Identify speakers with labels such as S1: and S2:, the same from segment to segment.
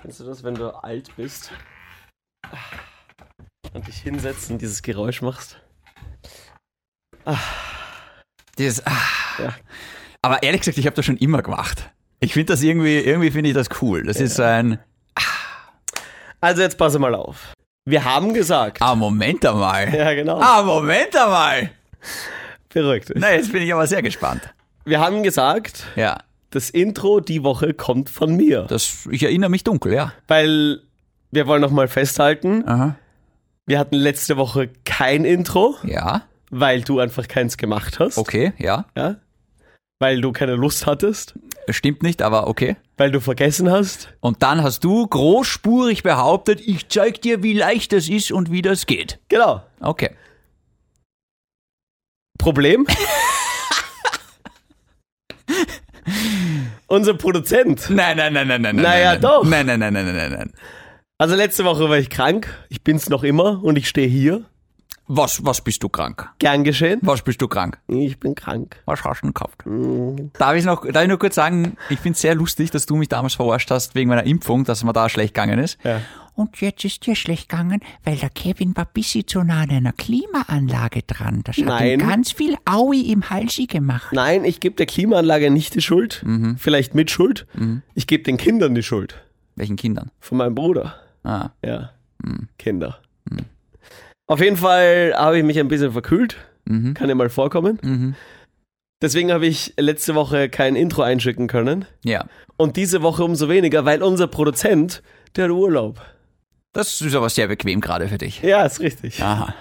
S1: Kennst du das, wenn du alt bist und dich hinsetzt und dieses Geräusch machst?
S2: Dieses, ah.
S1: Ja.
S2: Aber ehrlich gesagt, ich habe das schon immer gemacht. Ich finde das irgendwie, irgendwie finde ich das cool. Das ist so ein,
S1: Also jetzt passe mal auf. Wir haben gesagt.
S2: ah, Moment einmal.
S1: Ja, genau.
S2: Ah, Moment einmal.
S1: Verrückt.
S2: Na, jetzt bin ich aber sehr gespannt.
S1: Wir haben gesagt,
S2: Ja,
S1: das Intro die Woche kommt von mir.
S2: das, ich erinnere mich dunkel, ja.
S1: Weil wir wollen nochmal festhalten,
S2: Aha.
S1: wir hatten letzte Woche kein Intro,
S2: Ja,
S1: weil du einfach keins gemacht hast.
S2: okay, ja.
S1: Ja? Weil du keine Lust hattest,
S2: Stimmt nicht, aber okay.
S1: weil du vergessen hast.
S2: Und dann hast du großspurig behauptet, ich zeig dir, wie leicht das ist und wie das geht.
S1: Genau.
S2: Okay.
S1: Problem? Unser Produzent.
S2: Nein, nein, nein, nein, nein. nein,
S1: Naja,
S2: nein,
S1: doch.
S2: Nein, nein, nein, nein, nein, nein.
S1: Also letzte Woche war ich krank. Ich bin's noch immer und ich stehe hier.
S2: Was, was bist du krank?
S1: Gern geschehen.
S2: Was bist du krank?
S1: Ich bin krank. Mm.
S2: Was hast du denn gekauft? Darf ich noch, darf ich noch kurz sagen, ich find's sehr lustig, dass du mich damals verarscht hast wegen meiner Impfung, dass mir da schlecht gegangen ist.
S1: Ja.
S2: Und jetzt ist dir schlecht gegangen, weil der Kevin war bisschen zu nah an einer Klimaanlage dran. Das hat
S1: Nein.
S2: ihm ganz viel Aui im Halsi gemacht.
S1: Nein, ich gebe der Klimaanlage nicht die Schuld.
S2: Mhm.
S1: Vielleicht mit Schuld. Ich gebe den Kindern die Schuld.
S2: Welchen Kindern?
S1: Von meinem Bruder.
S2: Ah,
S1: Ja. Kinder. Auf jeden Fall habe ich mich ein bisschen verkühlt.
S2: mhm,
S1: Kann ja mal vorkommen.
S2: mhm.
S1: Deswegen habe ich letzte Woche kein Intro einschicken können.
S2: Ja.
S1: Und diese Woche umso weniger, weil unser Produzent, der hat Urlaub.
S2: Das ist aber sehr bequem gerade für dich.
S1: Ja, ist richtig.
S2: Aha.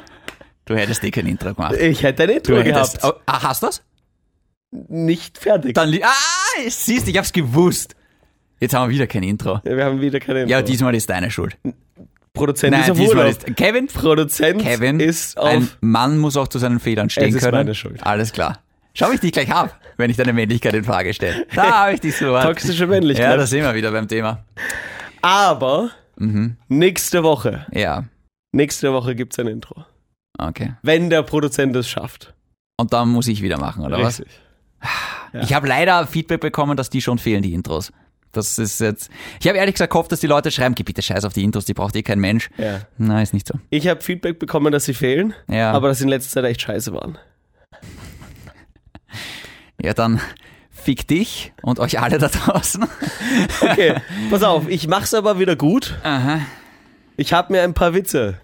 S2: Du hättest eh kein Intro gemacht.
S1: Ich hätte ein Intro gehabt.
S2: Oh, ah, hast du das?
S1: Nicht fertig.
S2: Dann li- Ah, siehst, ich hab's gewusst. Jetzt haben wir wieder kein Intro.
S1: Ja, Wir haben wieder kein Intro.
S2: Ja, diesmal ist deine Schuld.
S1: Produzent ist
S2: Nein,
S1: auf
S2: diesmal
S1: Urlaub.
S2: ist Kevin.
S1: Produzent
S2: Kevin
S1: ist auf.
S2: Ein Mann muss auch zu seinen Fehlern stehen
S1: Es ist
S2: können.
S1: meine Schuld.
S2: Alles klar. Schau ich dich gleich ab, wenn ich deine Männlichkeit in Frage stelle. Da habe ich dich so.
S1: Toxische Männlichkeit.
S2: Ja, da sind wir wieder beim Thema.
S1: Aber
S2: Mhm.
S1: nächste Woche.
S2: Ja,
S1: Nächste Woche gibt es ein Intro.
S2: okay.
S1: Wenn der Produzent es schafft.
S2: Und dann muss ich wieder machen, oder was?
S1: Richtig. Ja.
S2: Ich habe leider Feedback bekommen, dass die schon fehlen, die Intros. Das ist jetzt. Ich habe ehrlich gesagt gehofft, dass die Leute schreiben, geh bitte scheiß auf die Intros, die braucht eh kein Mensch.
S1: Ja.
S2: Na, ist nicht so.
S1: Ich habe Feedback bekommen, dass sie fehlen,
S2: Ja.
S1: aber dass sie in letzter Zeit echt scheiße waren.
S2: Ja, dann fick dich und euch alle da draußen.
S1: Okay, pass auf, ich mach's aber wieder gut.
S2: Aha.
S1: Ich habe mir ein paar Witze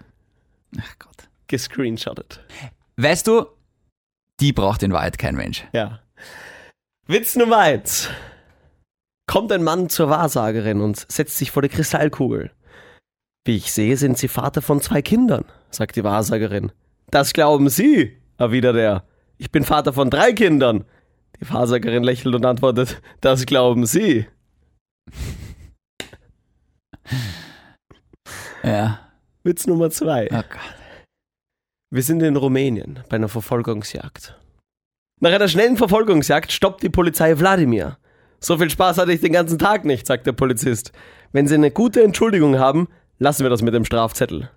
S2: Ach Gott.
S1: gescreenshottet.
S2: Weißt du, die braucht in Wahrheit kein Mensch.
S1: Ja. Witz Nummer eins. Kommt ein Mann zur Wahrsagerin und setzt sich vor die Kristallkugel. Wie ich sehe, sind Sie Vater von zwei Kindern, sagt die Wahrsagerin. Das glauben Sie, erwidert er. Ich bin Vater von drei Kindern. Die Wahrsagerin lächelt und antwortet, das glauben Sie.
S2: Ja.
S1: Witz Nummer zwei.
S2: Oh Gott.
S1: Wir sind in Rumänien bei einer Verfolgungsjagd. Nach einer schnellen Verfolgungsjagd stoppt die Polizei Wladimir. So viel Spaß hatte ich den ganzen Tag nicht, sagt der Polizist. Wenn Sie eine gute Entschuldigung haben, lassen wir das mit dem Strafzettel,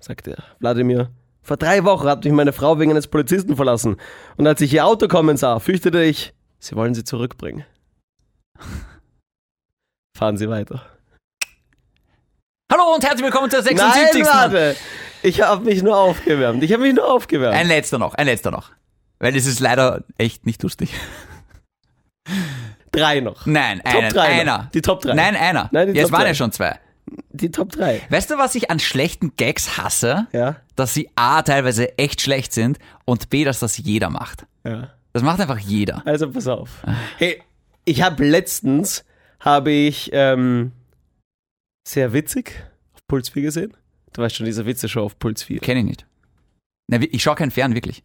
S1: sagt er. Wladimir, vor drei Wochen hat mich meine Frau wegen eines Polizisten verlassen. Und als ich ihr Auto kommen sah, fürchtete ich, Sie wollen sie zurückbringen. Fahren Sie weiter.
S2: Hallo und herzlich willkommen zur
S1: Nein,
S2: 76.
S1: warte! Ich habe mich nur aufgewärmt. Ich habe mich nur aufgewärmt.
S2: Ein letzter noch, ein letzter noch. Weil es ist leider echt nicht lustig.
S1: drei noch.
S2: Nein,
S1: Top
S2: einer.
S1: drei noch.
S2: einer.
S1: Die Top drei.
S2: Nein, einer.
S1: Nein, die
S2: Jetzt
S1: Top
S2: waren
S1: drei.
S2: ja schon zwei.
S1: Die Top 3.
S2: Weißt du, was ich an schlechten Gags hasse?
S1: Ja.
S2: Dass sie A teilweise echt schlecht sind und B, dass das jeder macht.
S1: ja.
S2: Das macht einfach jeder.
S1: Also pass auf.
S2: Ah.
S1: Hey, ich habe letztens, habe ich ähm, sehr witzig auf Puls 4 gesehen. Du weißt schon, diese Witze-Show auf Puls 4.
S2: Kenne ich nicht. Na, wi- ich schaue keinen Fern, wirklich.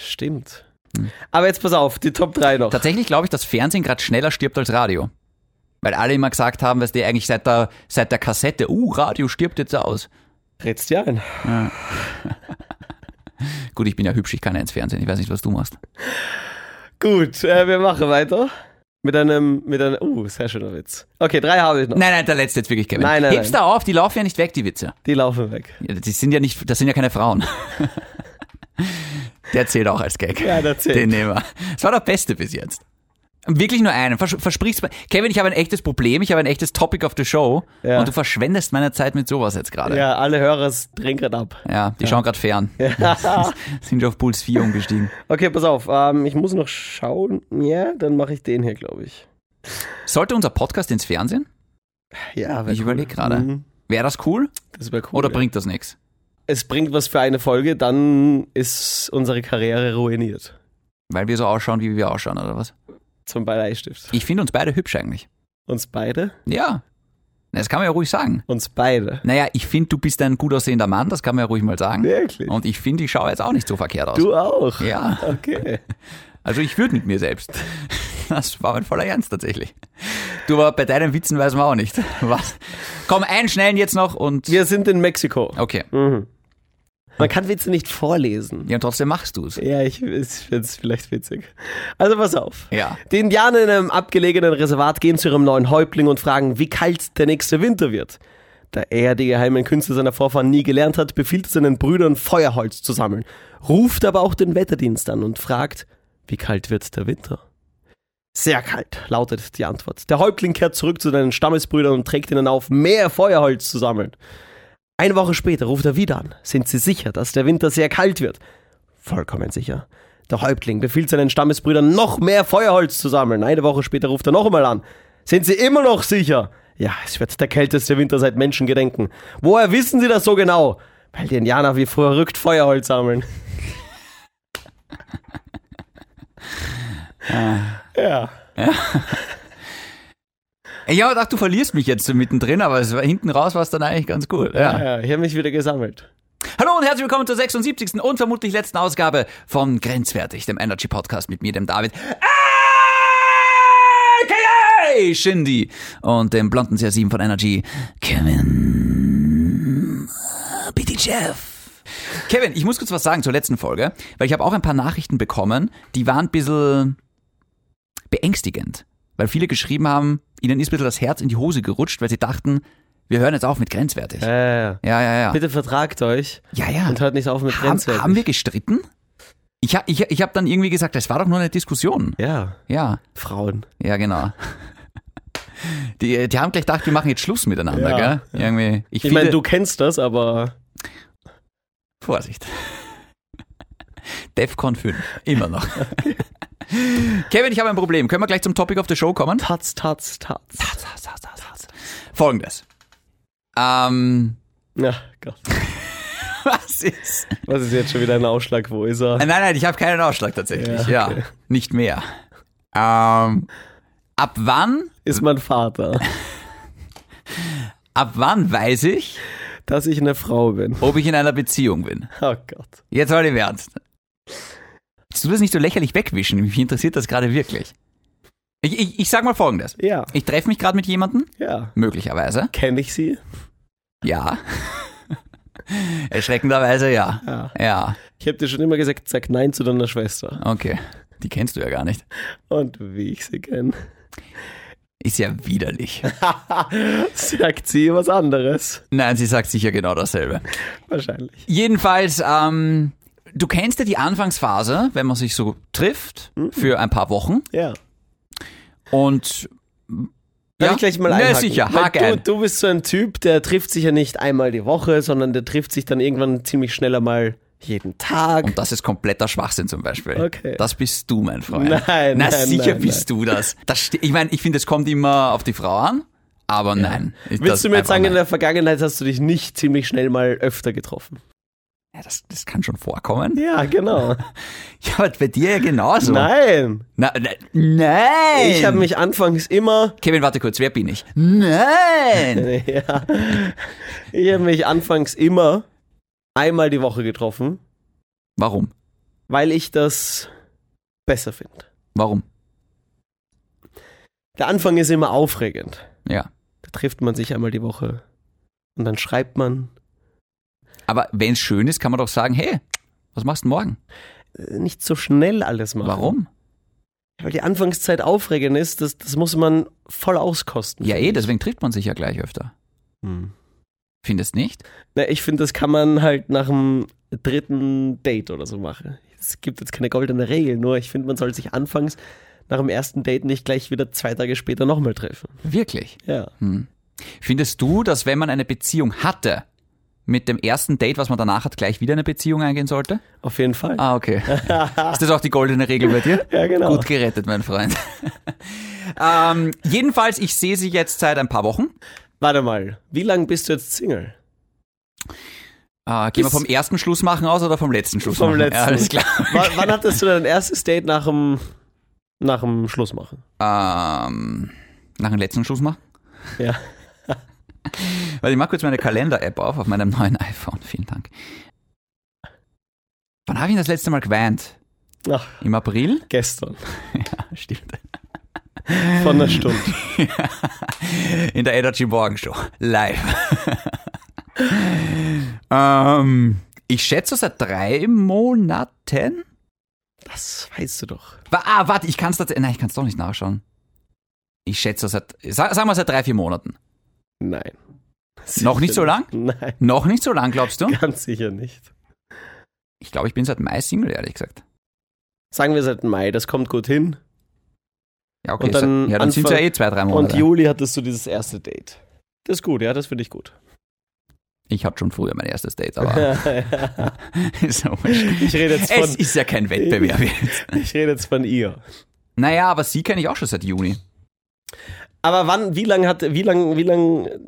S1: Stimmt.
S2: Hm.
S1: Aber jetzt pass auf, die Top 3 noch.
S2: Tatsächlich glaube ich, dass Fernsehen gerade schneller stirbt als Radio. Weil alle immer gesagt haben, weißt du, eigentlich seit der, seit der Kassette, uh, Radio stirbt jetzt aus.
S1: Redst dir ein.
S2: Gut, ich bin ja hübsch, ich kann ja ins Fernsehen. Ich weiß nicht, was du machst.
S1: Gut, äh, wir machen weiter. Mit einem, mit einem, uh, sehr schöner Witz. Okay, drei habe ich noch.
S2: Nein, nein, der letzte jetzt wirklich, Kevin.
S1: Nein, nein,
S2: Hebst da auf, die laufen ja nicht weg, die Witze.
S1: Die laufen weg.
S2: Ja, Die sind ja nicht, das sind ja keine Frauen. Der zählt auch als Gag.
S1: Ja, der zählt.
S2: Den nehmen wir. Das war der beste bis jetzt. Wirklich nur einen. Vers versprichst mir- Kevin, ich habe ein echtes Problem, ich habe ein echtes Topic of the Show
S1: Ja.
S2: und du verschwendest meine Zeit mit sowas jetzt gerade.
S1: Ja, alle Hörer drehen gerade ab.
S2: Ja, die schauen gerade fern. Sind schon auf Puls 4 umgestiegen.
S1: Okay, pass auf. Ähm, ich muss noch schauen. Ja, dann mache ich den hier, glaube ich.
S2: Sollte unser Podcast ins Fernsehen?
S1: Ja, wär
S2: Ich überlege gerade.
S1: Mhm.
S2: Wäre das cool
S1: Das wäre cool.
S2: oder
S1: ja.
S2: bringt das nichts?
S1: es bringt was für eine Folge, dann ist unsere Karriere ruiniert.
S2: Weil wir so ausschauen, wie wir ausschauen oder was?
S1: Zum Bleistift.
S2: Ich finde uns beide hübsch eigentlich.
S1: Uns beide?
S2: Ja. Na, Das kann man ja ruhig sagen.
S1: Uns beide.
S2: Naja, ich finde, du bist ein gut aussehender Mann, das kann man ja ruhig mal sagen.
S1: Wirklich?
S2: Und ich finde, ich schaue jetzt auch nicht so verkehrt aus.
S1: Du auch.
S2: Ja.
S1: Okay.
S2: Also ich würde mit mir selbst. Das war mein voller Ernst tatsächlich. Du, aber bei deinen Witzen weiß man auch nicht. Was? Komm, einschnellen jetzt noch und...
S1: Wir sind in Mexiko.
S2: Okay.
S1: Mhm. Man kann Witze nicht vorlesen.
S2: Ja, und trotzdem machst du es.
S1: Ja, ich finde es vielleicht witzig. Also pass auf.
S2: Ja.
S1: Die Indianer in einem abgelegenen Reservat gehen zu ihrem neuen Häuptling und fragen, wie kalt der nächste Winter wird. Da er die geheimen Künste seiner Vorfahren nie gelernt hat, befiehlt er seinen Brüdern, Feuerholz zu sammeln, ruft aber auch den Wetterdienst an und fragt, wie kalt wird der Winter? Sehr kalt, lautet die Antwort. Der Häuptling kehrt zurück zu seinen Stammesbrüdern und trägt ihnen auf, mehr Feuerholz zu sammeln. Eine Woche später ruft er wieder an. Sind sie sicher, dass der Winter sehr kalt wird? Vollkommen sicher. Der Häuptling befiehlt seinen Stammesbrüdern, noch mehr Feuerholz zu sammeln. Eine Woche später ruft er noch einmal an. Sind Sie immer noch sicher? Ja, es wird der kälteste Winter seit Menschengedenken. Woher wissen Sie das so genau? Weil die Indianer wie verrückt Feuerholz sammeln. Ah. ja.
S2: Ich habe gedacht, du verlierst mich jetzt so mittendrin, aber es war, hinten raus war es dann eigentlich ganz cool. Ja.
S1: ja, ich habe mich wieder gesammelt.
S2: Hallo und herzlich willkommen zur 76. und vermutlich letzten Ausgabe von Grenzwertig, dem Energy Podcast mit mir, dem David. AKA Shindy und dem blonden CR7 von Energy, Kevin. BT Jeff. Kevin, ich muss kurz was sagen zur letzten Folge, weil ich habe auch ein paar Nachrichten bekommen, die waren ein bisschen beängstigend, weil viele geschrieben haben, ihnen ist ein bisschen das Herz in die Hose gerutscht, weil sie dachten, wir hören jetzt auf mit Grenzwertig. Ja,
S1: Äh,
S2: ja, ja.
S1: bitte vertragt euch
S2: Ja, ja.
S1: und hört nicht auf mit
S2: Haben,
S1: Grenzwerten.
S2: haben wir gestritten? Ich, ha- ich, ich habe dann irgendwie gesagt, das war doch nur eine Diskussion.
S1: Ja,
S2: Ja,
S1: Frauen.
S2: ja, genau. Die, die haben gleich gedacht, wir machen jetzt Schluss miteinander,
S1: Ja,
S2: gell? Irgendwie. Ich,
S1: Ich
S2: finde,
S1: meine, du kennst das, aber
S2: Vorsicht. DEFCON 5. Immer noch. Kevin, ich habe ein Problem. Können wir gleich zum Topic of the Show kommen?
S1: Taz, Taz, Taz.
S2: Folgendes. Ähm,
S1: Ja, Gott.
S2: was ist?
S1: Was ist jetzt schon wieder ein Ausschlag? Wo ist er?
S2: Nein, nein, ich habe keinen Ausschlag tatsächlich.
S1: Ja,
S2: Ja,
S1: okay.
S2: nicht mehr. Ähm, ab wann
S1: Ist mein Vater,
S2: Ab wann weiß ich,
S1: dass ich eine Frau bin.
S2: ob ich in einer Beziehung bin?
S1: Oh Gott.
S2: Jetzt war im Ernst. Willst du das nicht so lächerlich wegwischen? Mich interessiert das gerade wirklich. Ich, ich, ich sag mal folgendes.
S1: Ja,
S2: Ich treffe mich gerade mit jemandem,
S1: ja.
S2: möglicherweise.
S1: Kenne ich sie?
S2: Ja. Erschreckenderweise ja.
S1: Ja.
S2: Ja,
S1: Ich habe dir schon immer gesagt, sag Nein zu deiner Schwester.
S2: okay. Die kennst du ja gar nicht.
S1: Und wie ich sie kenne,
S2: Ist ja widerlich.
S1: sagt sie was anderes.
S2: Nein, sie sagt sicher genau dasselbe.
S1: Wahrscheinlich.
S2: Jedenfalls, ähm, du kennst ja die Anfangsphase, wenn man sich so trifft, für ein paar Wochen.
S1: Ja.
S2: Und
S1: Darf ich gleich mal
S2: Na,
S1: einhaken?
S2: sicher,
S1: Weil
S2: hake
S1: du,
S2: ein.
S1: du bist so ein Typ, der trifft sich ja nicht einmal die Woche, sondern der trifft sich dann irgendwann ziemlich schneller mal jeden Tag.
S2: Und das ist kompletter Schwachsinn zum Beispiel.
S1: Okay.
S2: Das bist du, mein Freund.
S1: Nein,
S2: Na,
S1: nein,
S2: sicher
S1: nein,
S2: bist du das. das ste- ich meine, ich finde, es kommt immer auf die Frau an, aber nein. Ich- das
S1: Willst du mir jetzt
S2: einfach
S1: sagen, in
S2: nein.
S1: der Vergangenheit hast du dich nicht ziemlich schnell mal öfter getroffen?
S2: Ja, das, das kann schon vorkommen.
S1: Ja, genau.
S2: Ja, aber bei dir ja genauso.
S1: Nein.
S2: Na, na, nein!
S1: Ich habe mich anfangs immer.
S2: Kevin, warte kurz, wer bin ich? Nein!
S1: Ja, ich habe mich anfangs immer einmal die Woche getroffen,
S2: Warum?
S1: weil ich das besser finde.
S2: Warum?
S1: Der Anfang ist immer aufregend.
S2: Ja.
S1: Da trifft man sich einmal die Woche und dann schreibt man
S2: Aber wenn es schön ist, kann man doch sagen, hey, was machst du morgen?
S1: äh, nicht so schnell alles machen.
S2: Warum?
S1: Weil die Anfangszeit aufregend ist, das, das muss man voll auskosten.
S2: Ja, eh, deswegen trifft man sich ja gleich öfter.
S1: Hm.
S2: Findest nicht?
S1: Na, ich finde, das kann man halt nach dem dritten Date oder so machen. Es gibt jetzt keine goldene Regel, nur ich finde, man soll sich anfangs nach dem ersten Date nicht gleich wieder zwei Tage später nochmal treffen.
S2: Wirklich.
S1: Ja.
S2: Findest du, dass wenn man eine Beziehung hatte, mit dem ersten Date, was man danach hat, gleich wieder eine Beziehung eingehen sollte?
S1: Auf jeden Fall.
S2: Ah, okay. Ist das auch die goldene Regel bei dir?
S1: Ja, genau.
S2: Gut gerettet, mein Freund. ähm, jedenfalls, ich sehe sie jetzt seit ein paar Wochen.
S1: Warte mal, wie lange bist du jetzt Single?
S2: Äh, gehen wir
S1: Bis-
S2: vom ersten Schluss machen aus oder vom letzten Schluss
S1: Vom
S2: machen?
S1: letzten.
S2: Ja, alles klar.
S1: W wann hattest du dein erstes Date nach dem, nach dem Schluss machen?
S2: Ähm, nach dem letzten Schluss machen?
S1: Ja.
S2: Weil ich mach kurz meine Kalender-App auf, auf meinem neuen iPhone. Vielen Dank. Wann habe ich das letzte Mal geweint?
S1: Ach,
S2: Im April?
S1: gestern.
S2: Ja, stimmt.
S1: Vor einer Stunde.
S2: In der Energy Morgen Show. Live. ähm, ich schätze seit drei Monaten.
S1: Das weißt du doch.
S2: Wa- Ah, warte, ich kann es Nein, ich kann es doch nicht nachschauen. Ich schätze seit, sa- sagen wir seit drei, vier Monaten.
S1: Nein.
S2: Noch nicht so
S1: Sicher
S2: lang?
S1: nicht. Nein,
S2: Noch nicht so lang, glaubst du?
S1: ganz sicher nicht.
S2: Ich glaube, ich bin seit Mai Single, ehrlich gesagt.
S1: Sagen wir seit Mai, das kommt gut hin.
S2: Ja, okay.
S1: Und dann
S2: seit, ja, dann sind es ja
S1: Anfang-
S2: eh zwei, drei
S1: Und
S2: Monate.
S1: Juli hattest du dieses erste Date. Das ist gut, ja, das finde ich gut.
S2: ich hatte schon früher mein erstes Date, aber ist ja wurscht.
S1: ich rede jetzt
S2: Es
S1: von,
S2: ist ja kein Wettbewerb jetzt.
S1: ich rede jetzt von ihr.
S2: Naja, aber sie kenne ich auch schon seit Juni.
S1: Aber wann, wie lange hat, wie lange, wie lange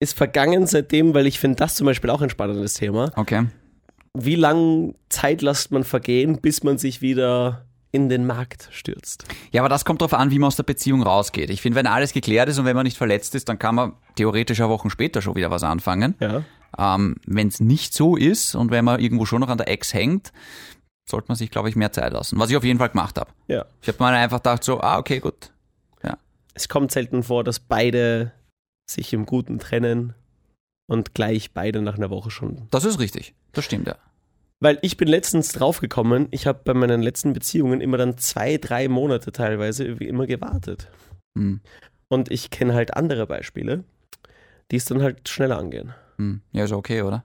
S1: ist vergangen seitdem, weil ich finde das zum Beispiel auch ein spannendes Thema.
S2: Okay.
S1: Wie lange Zeit lässt man vergehen, bis man sich wieder in den Markt stürzt?
S2: Ja, aber das kommt darauf an, wie man aus der Beziehung rausgeht. Ich finde, wenn alles geklärt ist und wenn man nicht verletzt ist, dann kann man theoretisch ja Wochen später schon wieder was anfangen.
S1: Ja.
S2: Ähm, wenn es nicht so ist und wenn man irgendwo schon noch an der Ex hängt, sollte man sich, glaube ich, mehr Zeit lassen. Was ich auf jeden Fall gemacht habe.
S1: Ja.
S2: Ich habe mal einfach gedacht, so, ah, okay, gut.
S1: Es kommt selten vor, dass beide sich im Guten trennen und gleich beide nach einer Woche schon
S2: Das ist richtig. Das stimmt, ja.
S1: Weil ich bin letztens draufgekommen, ich habe bei meinen letzten Beziehungen immer dann zwei, drei Monate teilweise irgendwie immer gewartet.
S2: Hm,
S1: Und ich kenne halt andere Beispiele, die es dann halt schneller angehen. hm.
S2: Ja, ist okay, oder?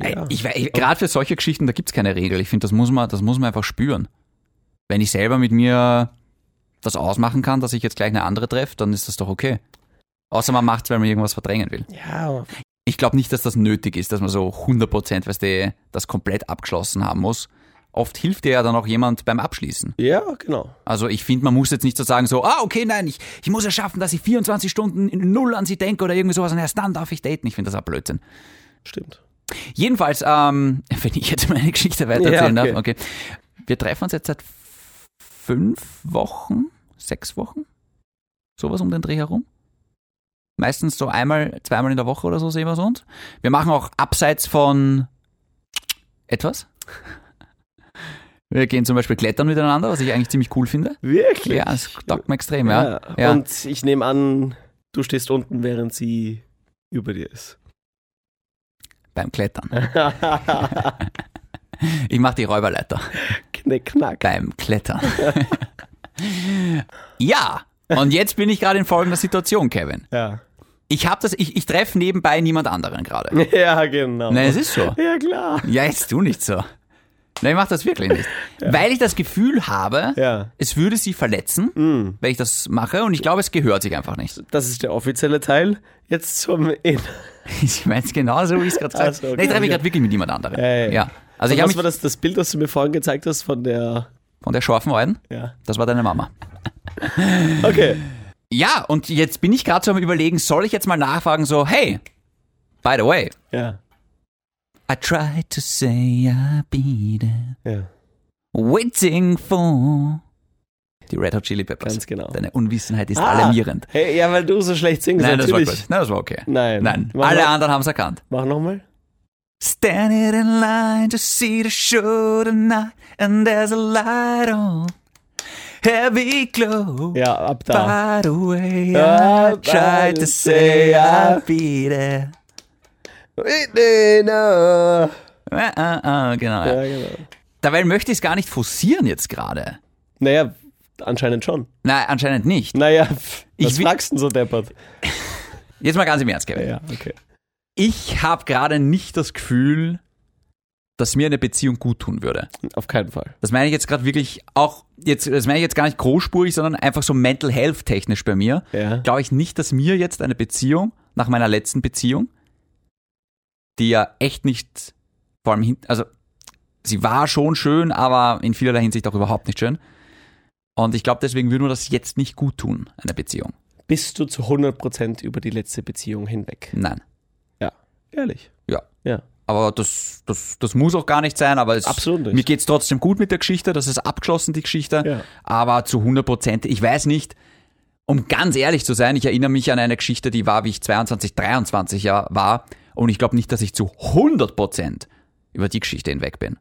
S1: Ja.
S2: Ich, Gerade für solche Geschichten, da gibt's keine Regel. Ich finde, das, muss man- das muss man einfach spüren. Wenn ich selber mit mir das ausmachen kann, dass ich jetzt gleich eine andere treffe, dann ist das doch okay. Außer man macht's, weil man irgendwas verdrängen will.
S1: ja,
S2: Ich glaube nicht, dass das nötig ist, dass man so 100% weißt du, das komplett abgeschlossen haben muss. Oft hilft dir ja dann auch jemand beim Abschließen.
S1: ja, genau.
S2: Also ich finde, man muss jetzt nicht so sagen so, ah, okay, nein, ich, ich muss es schaffen, dass ich 24 Stunden in null an sie denke oder irgendwie sowas und erst dann darf ich daten. Ich finde das auch Blödsinn.
S1: Stimmt.
S2: Jedenfalls, ähm, wenn ich jetzt meine Geschichte weitererzählen
S1: Ja, okay.
S2: darf, okay. Wir treffen uns jetzt seit f- fünf Wochen, sechs Wochen, sowas um den Dreh herum. Meistens so einmal, zweimal in der Woche oder so sehen wir uns. Wir machen auch abseits von etwas. Wir gehen zum Beispiel klettern miteinander, was ich eigentlich ziemlich cool finde.
S1: Wirklich?
S2: Ja, das taugt mir extrem, ja. ja.
S1: Und ich nehme an, du stehst unten, während sie über dir ist.
S2: Beim Klettern. Ich mache die Räuberleiter.
S1: Knick, knack.
S2: beim Klettern. ja, und jetzt bin ich gerade in folgender Situation, Kevin.
S1: Ja.
S2: Ich habe das, ich, ich treffe nebenbei niemand anderen gerade.
S1: Ja, genau.
S2: Nein, es ist so.
S1: Ja, klar.
S2: Ja, jetzt du nicht so. Nein, ich mache das wirklich nicht. Weil ich das Gefühl habe,
S1: Ja. Mm.
S2: es würde sie verletzen, wenn ich das mache. Und ich glaube, es gehört sich einfach nicht.
S1: Das ist der offizielle Teil. Jetzt zum In.
S2: Ich meine es genauso, wie ich es gerade gesagt
S1: Ach so,
S2: habe.
S1: okay,
S2: Nein, ich treffe
S1: okay.
S2: mich gerade wirklich mit niemand anderem.
S1: Ja, ja, ja.
S2: Ja. Also ich
S1: Und
S2: habe
S1: was war
S2: mich
S1: das, das Bild, das du mir vorhin gezeigt hast von der.
S2: von der scharfen Augen,
S1: Ja.
S2: das war deine Mama.
S1: Okay.
S2: Ja, und jetzt bin ich gerade so am überlegen, soll ich jetzt mal nachfragen, so, hey, by the way,
S1: Ja.
S2: I tried to say I beat it,
S1: Ja.
S2: waiting for. Die Red Hot Chili Peppers.
S1: Ganz genau.
S2: Deine Unwissenheit ist
S1: Ah.
S2: alarmierend.
S1: Hey, ja, weil du so schlecht singst,
S2: Nein, das war,
S1: natürlich.
S2: gut. Nein, das war okay.
S1: Nein.
S2: Nein.
S1: Mach
S2: Alle
S1: mal-
S2: anderen haben es erkannt.
S1: Mach nochmal.
S2: Standing in line to see the show tonight, and there's a light on. Heavy glow.
S1: Ja, ab da.
S2: By the way, I
S1: Ah,
S2: tried to
S1: by the way,
S2: say I
S1: I-
S2: beat it.
S1: Whitney, no.
S2: Äh, äh, äh, genau.
S1: Ja,
S2: Ja.
S1: genau.
S2: Dabei möchte ich es gar nicht forcieren jetzt gerade.
S1: Naja, anscheinend schon.
S2: Nein, anscheinend nicht.
S1: Naja, pff,
S2: Ich
S1: was
S2: will-
S1: fragst du denn so deppert?
S2: Jetzt mal ganz im Ernst, Kevin.
S1: Ja, okay.
S2: Ich habe gerade nicht das Gefühl, dass mir eine Beziehung gut tun würde.
S1: Auf keinen Fall.
S2: Das meine ich jetzt gerade wirklich auch, jetzt, das meine ich jetzt gar nicht großspurig, sondern einfach so mental health technisch bei mir.
S1: Ja.
S2: Glaube ich nicht, dass mir jetzt eine Beziehung nach meiner letzten Beziehung, die ja echt nicht, vor allem, hin, also sie war schon schön, aber in vielerlei Hinsicht auch überhaupt nicht schön. Und ich glaube, deswegen würde mir das jetzt nicht gut tun, eine Beziehung.
S1: Bist du zu 100% über die letzte Beziehung hinweg?
S2: Nein.
S1: Ja. Ehrlich?
S2: Ja.
S1: Ja.
S2: Aber das, das, das muss auch gar nicht sein, aber es,
S1: Absolut nicht.
S2: mir geht's trotzdem gut mit der Geschichte, das ist abgeschlossen, die Geschichte.
S1: Ja.
S2: Aber zu 100 Prozent, ich weiß nicht, um ganz ehrlich zu sein, ich erinnere mich an eine Geschichte, die war, wie ich 22, 23 Jahre war und ich glaube nicht, dass ich zu 100 Prozent über die Geschichte hinweg bin.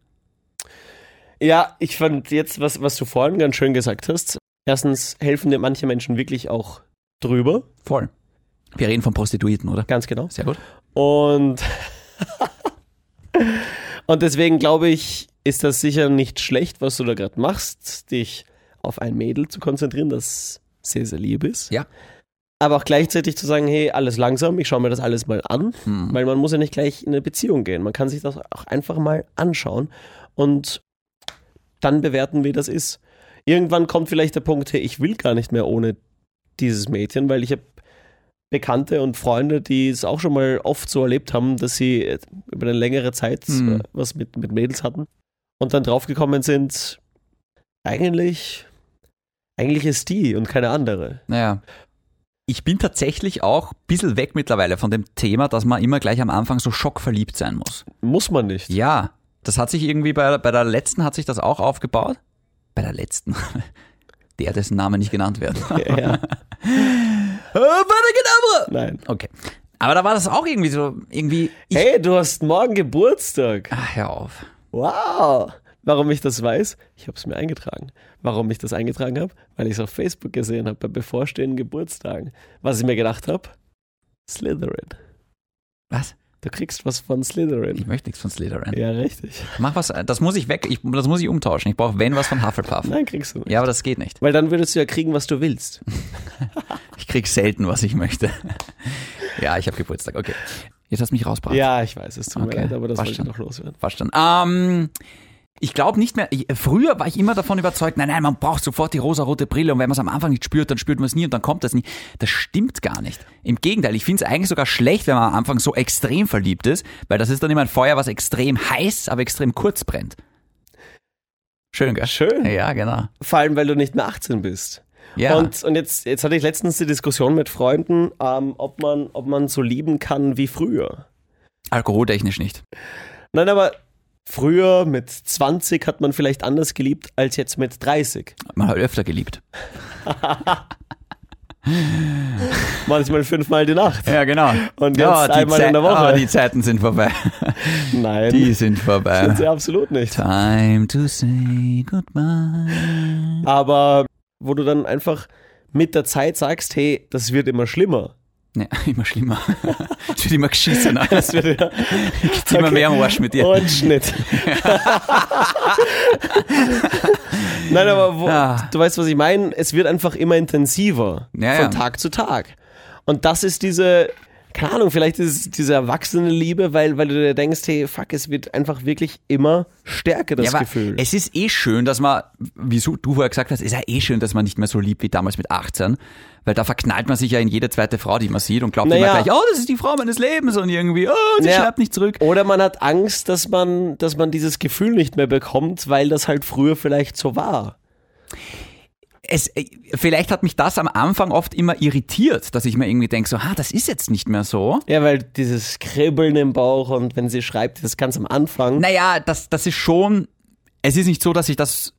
S1: Ja, ich fand jetzt, was, was du vorhin ganz schön gesagt hast. Erstens helfen dir manche Menschen wirklich auch drüber.
S2: Voll. Wir reden von Prostituierten, oder?
S1: Ganz genau.
S2: Sehr gut.
S1: Und, und deswegen glaube ich, ist das sicher nicht schlecht, was du da gerade machst, dich auf ein Mädel zu konzentrieren, das sehr, sehr lieb ist.
S2: Ja.
S1: Aber auch gleichzeitig zu sagen, hey, alles langsam, ich schaue mir das alles mal an,
S2: Hm,
S1: weil man muss ja nicht gleich in eine Beziehung gehen. Man kann sich das auch einfach mal anschauen und dann bewerten, wie das ist. Irgendwann kommt vielleicht der Punkt, hey, ich will gar nicht mehr ohne dieses Mädchen, weil ich habe Bekannte und Freunde, die es auch schon mal oft so erlebt haben, dass sie äh, über eine längere Zeit
S2: Mhm.
S1: äh, was mit, mit Mädels hatten und dann draufgekommen sind, eigentlich, eigentlich ist die und keine andere.
S2: Naja. Ich bin tatsächlich auch ein bisschen weg mittlerweile von dem Thema, dass man immer gleich am Anfang so schockverliebt sein muss.
S1: Muss man nicht.
S2: Ja, das hat sich irgendwie bei, bei der letzten hat sich das auch aufgebaut. Bei der letzten. Der, dessen Name nicht genannt wird. Äh,
S1: Ja,
S2: Abracadabra!
S1: nein.
S2: Okay. Aber da war das auch irgendwie so, irgendwie. Ich,
S1: Hey, du hast morgen Geburtstag.
S2: ach, hör auf.
S1: Wow. Warum ich das weiß? Ich habe es mir eingetragen. Warum ich das eingetragen habe? Weil ich es auf Facebook gesehen habe bei bevorstehenden Geburtstagen. Was ich mir gedacht habe? Slytherin.
S2: Was?
S1: Du kriegst was von Slytherin.
S2: Ich möchte nichts von Slytherin.
S1: Ja, richtig.
S2: Mach was, das muss ich weg, ich, das muss ich umtauschen. Ich brauche wenn was von Hufflepuff.
S1: Nein, kriegst du nicht.
S2: Ja, aber das geht nicht.
S1: Weil dann würdest du ja kriegen, was du willst.
S2: Ich krieg selten, was ich möchte. Ja, ich habe Geburtstag. Okay. Jetzt hast du mich rausgebracht.
S1: Ja, ich weiß, es tut
S2: Okay,
S1: mir leid, aber das
S2: passt
S1: wollte ich
S2: schon.
S1: noch loswerden.
S2: Verstanden. Ähm, ich glaube nicht mehr. Ich, früher war ich immer davon überzeugt, nein, nein, man braucht sofort die rosarote Brille und wenn man es am Anfang nicht spürt, dann spürt man es nie und dann kommt das nie. Das stimmt gar nicht. Im Gegenteil, ich finde es eigentlich sogar schlecht, wenn man am Anfang so extrem verliebt ist, weil das ist dann immer ein Feuer, was extrem heiß, aber extrem kurz brennt. Schön, gell?
S1: Schön.
S2: Ja, genau.
S1: Vor allem, weil du nicht mehr 18 bist.
S2: Ja.
S1: Und, und jetzt, jetzt hatte ich letztens die Diskussion mit Freunden, ähm, ob, man, ob man so lieben kann wie früher.
S2: Alkoholtechnisch nicht.
S1: Nein, aber früher mit 20 hat man vielleicht anders geliebt als jetzt mit 30.
S2: Man hat öfter geliebt.
S1: Manchmal fünfmal die Nacht.
S2: Ja, genau.
S1: Und
S2: ja,
S1: jetzt
S2: die
S1: einmal in
S2: Zei-
S1: der Woche.
S2: Ah, die Zeiten sind vorbei.
S1: Nein,
S2: Die sind vorbei.
S1: sind sie absolut nicht.
S2: Time to say goodbye.
S1: Aber wo du dann einfach mit der Zeit sagst, hey, das wird immer schlimmer.
S2: Ne, immer schlimmer. Es wird immer geschissener. Es
S1: Das wird ja-
S2: wird immer mehr am Arsch mit dir.
S1: Und Schnitt. Nein, aber wo,
S2: Ah.
S1: du weißt, was ich meine. Es wird einfach immer intensiver
S2: Ja,
S1: von
S2: ja.
S1: Tag zu Tag. Und das ist diese, keine Ahnung, vielleicht ist es diese erwachsene Liebe, weil, weil du dir denkst, hey, fuck, es wird einfach wirklich immer stärker, das
S2: Ja, aber
S1: Gefühl.
S2: es ist eh schön, dass man, wie so- du vorher gesagt hast, ist ja eh schön, dass man nicht mehr so liebt wie damals mit 18, weil da verknallt man sich ja in jede zweite Frau, die man sieht und glaubt
S1: Naja.
S2: immer gleich, oh, das ist die Frau meines Lebens und irgendwie, oh, sie
S1: Ja.
S2: schreibt nicht zurück.
S1: Oder man hat Angst, dass man, dass man dieses Gefühl nicht mehr bekommt, weil das halt früher vielleicht so war.
S2: es, äh, vielleicht hat mich das am Anfang oft immer irritiert, dass ich mir irgendwie denke, so, ah, das ist jetzt nicht mehr so.
S1: Ja, weil dieses Kribbeln im Bauch und wenn sie schreibt, das ganz am Anfang.
S2: Naja, das, das ist schon, es ist nicht so, dass ich das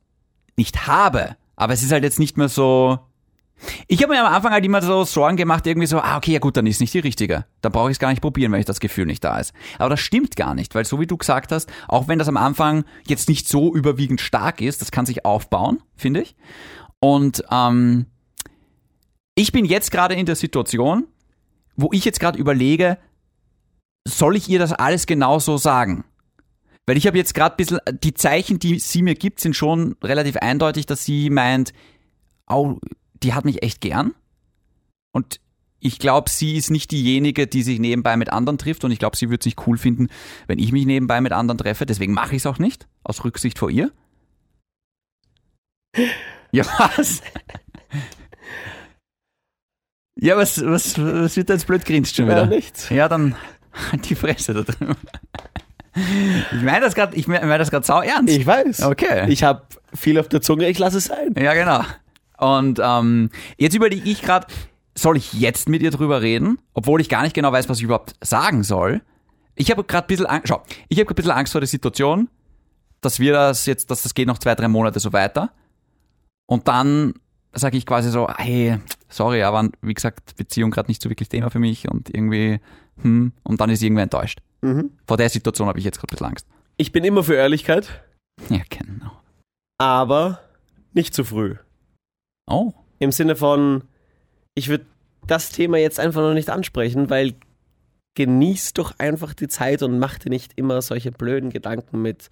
S2: nicht habe, aber es ist halt jetzt nicht mehr so. Ich habe mir am Anfang halt immer so Sorgen gemacht, irgendwie so, ah, okay, ja gut, dann ist nicht die richtige. Dann brauche ich es gar nicht probieren, wenn ich das Gefühl nicht da ist. Aber das stimmt gar nicht, weil so wie du gesagt hast, auch wenn das am Anfang jetzt nicht so überwiegend stark ist, das kann sich aufbauen, finde ich. Und ähm, ich bin jetzt gerade in der Situation, wo ich jetzt gerade überlege, soll ich ihr das alles genau so sagen? Weil ich habe jetzt gerade ein bisschen, die Zeichen, die sie mir gibt, sind schon relativ eindeutig, dass sie meint, au, die hat mich echt gern. Und ich glaube, sie ist nicht diejenige, die sich nebenbei mit anderen trifft und ich glaube, sie würde es nicht cool finden, wenn ich mich nebenbei mit anderen treffe. Deswegen mache ich es auch nicht, aus Rücksicht vor ihr. Ja, was? Ja, was, was, was wird da jetzt blöd grinst schon wieder?
S1: Ja, nichts.
S2: Ja, dann halt die Fresse da drüben. Ich meine das gerade ich mein das grad sau ernst.
S1: Ich weiß.
S2: Okay.
S1: Ich habe viel auf der Zunge, ich lasse es sein.
S2: ja, genau. Und ähm, jetzt überlege ich gerade, soll ich jetzt mit ihr drüber reden, obwohl ich gar nicht genau weiß, was ich überhaupt sagen soll? Ich habe gerade ein bisschen Angst, schau, ich habe ein bisschen Angst vor der Situation, dass wir das jetzt, dass das geht noch zwei, drei Monate so weiter. Und dann sage ich quasi so, hey, sorry, aber wie gesagt, Beziehung gerade nicht so wirklich Thema für mich und irgendwie, hm, und dann ist irgendwer enttäuscht. Vor der Situation habe ich jetzt gerade ein bisschen Angst.
S1: Ich bin immer für Ehrlichkeit,
S2: Ja, genau.
S1: aber nicht zu früh.
S2: Oh.
S1: Im Sinne von, ich würde das Thema jetzt einfach noch nicht ansprechen, weil genieß doch einfach die Zeit und mach dir nicht immer solche blöden Gedanken mit,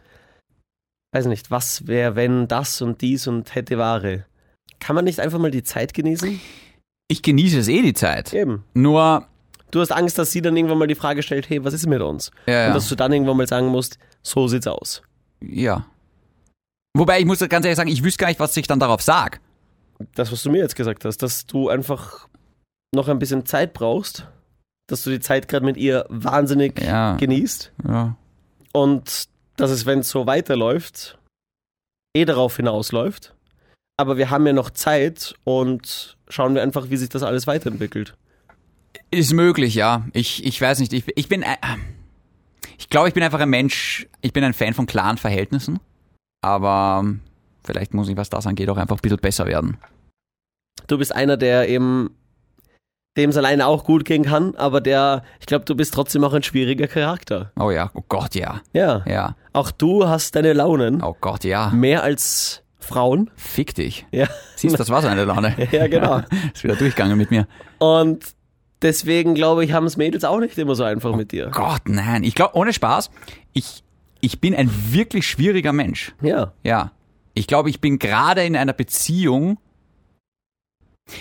S1: weiß nicht, was wäre, wenn das und dies und hätte Ware. Kann man nicht einfach mal die Zeit genießen?
S2: Ich genieße es eh die Zeit.
S1: Eben.
S2: Nur,
S1: Du hast Angst, dass sie dann irgendwann mal die Frage stellt, hey, was ist mit uns?
S2: ja,
S1: Und
S2: ja.
S1: dass du dann irgendwann mal sagen musst, so sieht's aus.
S2: ja. Wobei, ich muss ganz ehrlich sagen, ich wüsste gar nicht, was ich dann darauf sage.
S1: das, was du mir jetzt gesagt hast, dass du einfach noch ein bisschen Zeit brauchst, dass du die Zeit gerade mit ihr wahnsinnig
S2: Ja,
S1: genießt
S2: ja.
S1: und dass es, wenn es so weiterläuft, eh darauf hinausläuft. Aber wir haben ja noch Zeit und schauen wir einfach, wie sich das alles weiterentwickelt.
S2: Ist möglich, ja. Ich, ich weiß nicht. Ich, ich bin. ein- Ich glaube, ich bin einfach ein Mensch. Ich bin ein Fan von klaren Verhältnissen. Aber ähm, vielleicht muss ich, was das angeht, auch einfach ein bisschen besser werden.
S1: Du bist einer, der eben dem es alleine auch gut gehen kann, aber der, ich glaube, du bist trotzdem auch ein schwieriger Charakter.
S2: Oh ja, oh Gott, ja.
S1: Ja,
S2: Ja.
S1: auch du hast deine Launen,
S2: Oh Gott, ja.
S1: mehr als Frauen.
S2: Fick dich.
S1: Ja,
S2: Siehst das war so eine Laune.
S1: ja genau.
S2: Ist wieder durchgegangen mit mir.
S1: Und deswegen glaube ich, haben es Mädels auch nicht immer so einfach mit dir.
S2: Oh Gott, nein. Ich glaube, ohne Spaß, ich, ich bin ein wirklich schwieriger Mensch.
S1: Ja.
S2: Ja. Ich glaube, ich bin gerade in einer Beziehung.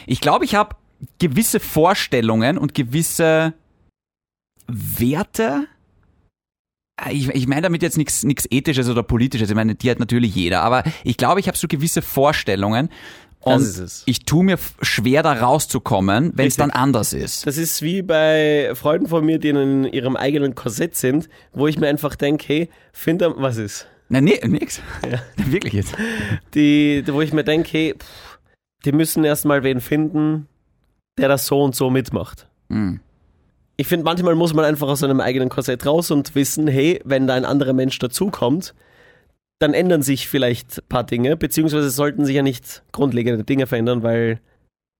S2: Ich glaube, ich habe gewisse Vorstellungen und gewisse Werte. Ich, ich meine damit jetzt nichts nichts Ethisches oder Politisches. Ich meine, die hat natürlich jeder. Aber ich glaube, ich habe so gewisse Vorstellungen. Und
S1: Das ist es.
S2: ich tue mir f- schwer, da rauszukommen, wenn es
S1: Richtig.
S2: dann anders ist.
S1: Das ist wie bei Freunden von mir, die in ihrem eigenen Korsett sind, wo ich mir einfach denke, hey, find am, was ist?
S2: Nein, nee, nix. Wirklich jetzt.
S1: Die, wo ich mir denke, hey, pff, die müssen erstmal wen finden, der das so und so mitmacht.
S2: Hm.
S1: Ich finde, manchmal muss man einfach aus seinem eigenen Korsett raus und wissen, hey, wenn da ein anderer Mensch dazukommt, dann ändern sich vielleicht ein paar Dinge, beziehungsweise sollten sich ja nicht grundlegende Dinge verändern, weil